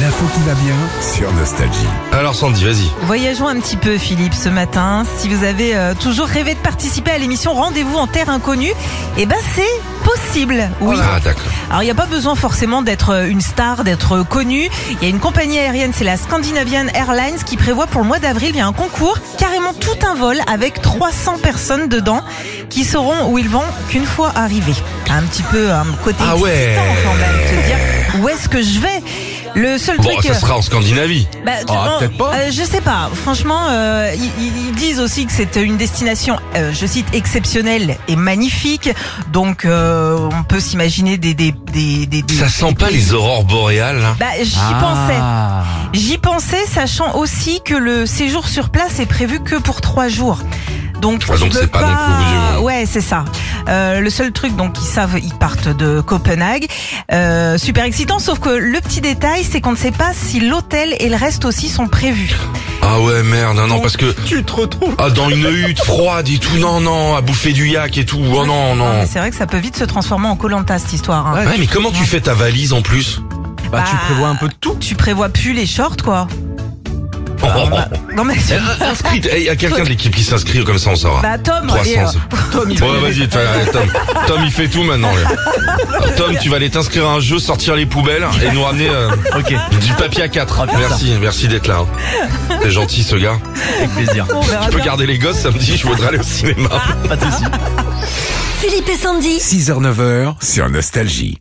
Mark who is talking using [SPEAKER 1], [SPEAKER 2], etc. [SPEAKER 1] l'info qui va bien sur Nostalgie.
[SPEAKER 2] Alors Sandy, vas-y.
[SPEAKER 3] Voyageons un petit peu, Philippe, ce matin. Si vous avez euh, toujours rêvé de participer à l'émission Rendez-vous en Terre Inconnue, eh ben c'est possible. Oui.
[SPEAKER 2] Ah d'accord.
[SPEAKER 3] Alors il n'y a pas besoin forcément d'être euh, une star, d'être euh, connu. Il y a une compagnie aérienne, c'est la Scandinavian Airlines, qui prévoit pour le mois d'avril via un concours carrément tout un vol avec 300 personnes dedans qui sauront où ils vont qu'une fois arrivés. Un petit peu un côté
[SPEAKER 2] Ah
[SPEAKER 3] excitant
[SPEAKER 2] ouais.
[SPEAKER 3] quand même, se dire où est-ce que je vais. Le seul
[SPEAKER 2] Bon,
[SPEAKER 3] truc.
[SPEAKER 2] ça
[SPEAKER 3] euh,
[SPEAKER 2] sera en Scandinavie.
[SPEAKER 3] bah, tu-
[SPEAKER 2] Ah,
[SPEAKER 3] bon,
[SPEAKER 2] peut-être pas.
[SPEAKER 3] euh, je sais pas. Franchement, euh, ils- ils, ils disent aussi que c'est une destination, euh, je cite, exceptionnelle et magnifique. Donc, euh, on peut s'imaginer des des des des. des-
[SPEAKER 2] Ça sent pas les Ah. aurores boréales hein. là
[SPEAKER 3] Bah, j'y pensais.
[SPEAKER 1] Ah.
[SPEAKER 3] J'y pensais, sachant aussi que le séjour sur place est prévu que pour trois jours. Donc,
[SPEAKER 2] Ah,
[SPEAKER 3] tu
[SPEAKER 2] donc
[SPEAKER 3] peux
[SPEAKER 2] c'est pas non plus au bout du monde.
[SPEAKER 3] Ouais, c'est ça. Euh, le seul truc, donc ils savent, ils partent de Copenhague. Euh, super excitant, sauf que le petit détail, c'est qu'on ne sait pas si l'hôtel et le reste aussi sont prévus.
[SPEAKER 2] Ah ouais merde, non non
[SPEAKER 3] Donc,
[SPEAKER 2] parce que
[SPEAKER 1] Tu te retrouves
[SPEAKER 2] ah dans une hutte froide et tout, non non, à bouffer du yak et tout, oh non
[SPEAKER 3] Ah,
[SPEAKER 2] non.
[SPEAKER 3] mais C'est vrai que ça peut vite se transformer en colanta cette histoire. hein.
[SPEAKER 2] Ouais mais comment tu fais ta valise en plus
[SPEAKER 1] Bah tu
[SPEAKER 3] Bah,
[SPEAKER 1] prévois un peu de tout.
[SPEAKER 3] Tu prévois plus les shorts, quoi.
[SPEAKER 2] Oh, oh, oh.
[SPEAKER 3] Non mais
[SPEAKER 2] Eh, Inscrite, Eh, il y a quelqu'un de l'équipe qui s'inscrit comme ça on saura.
[SPEAKER 3] bah Tom, et, euh,
[SPEAKER 2] 300. Ouais, vas-y, toi, allez, Tom. Tom, il fait tout maintenant. lui. Alors, Tom, tu vas aller t'inscrire à un jeu, sortir les poubelles et nous ramener euh,
[SPEAKER 1] Ok,
[SPEAKER 2] du papier à 4. Merci, merci d'être là. hein. T'es gentil, ce gars.
[SPEAKER 1] avec plaisir.
[SPEAKER 3] on verra
[SPEAKER 2] Tu peux
[SPEAKER 3] bien.
[SPEAKER 2] garder les gosses samedi, je voudrais aller au cinéma.
[SPEAKER 1] Pas de soucis.
[SPEAKER 4] Philippe et Sandy.
[SPEAKER 5] 6h-9h sur Nostalgie.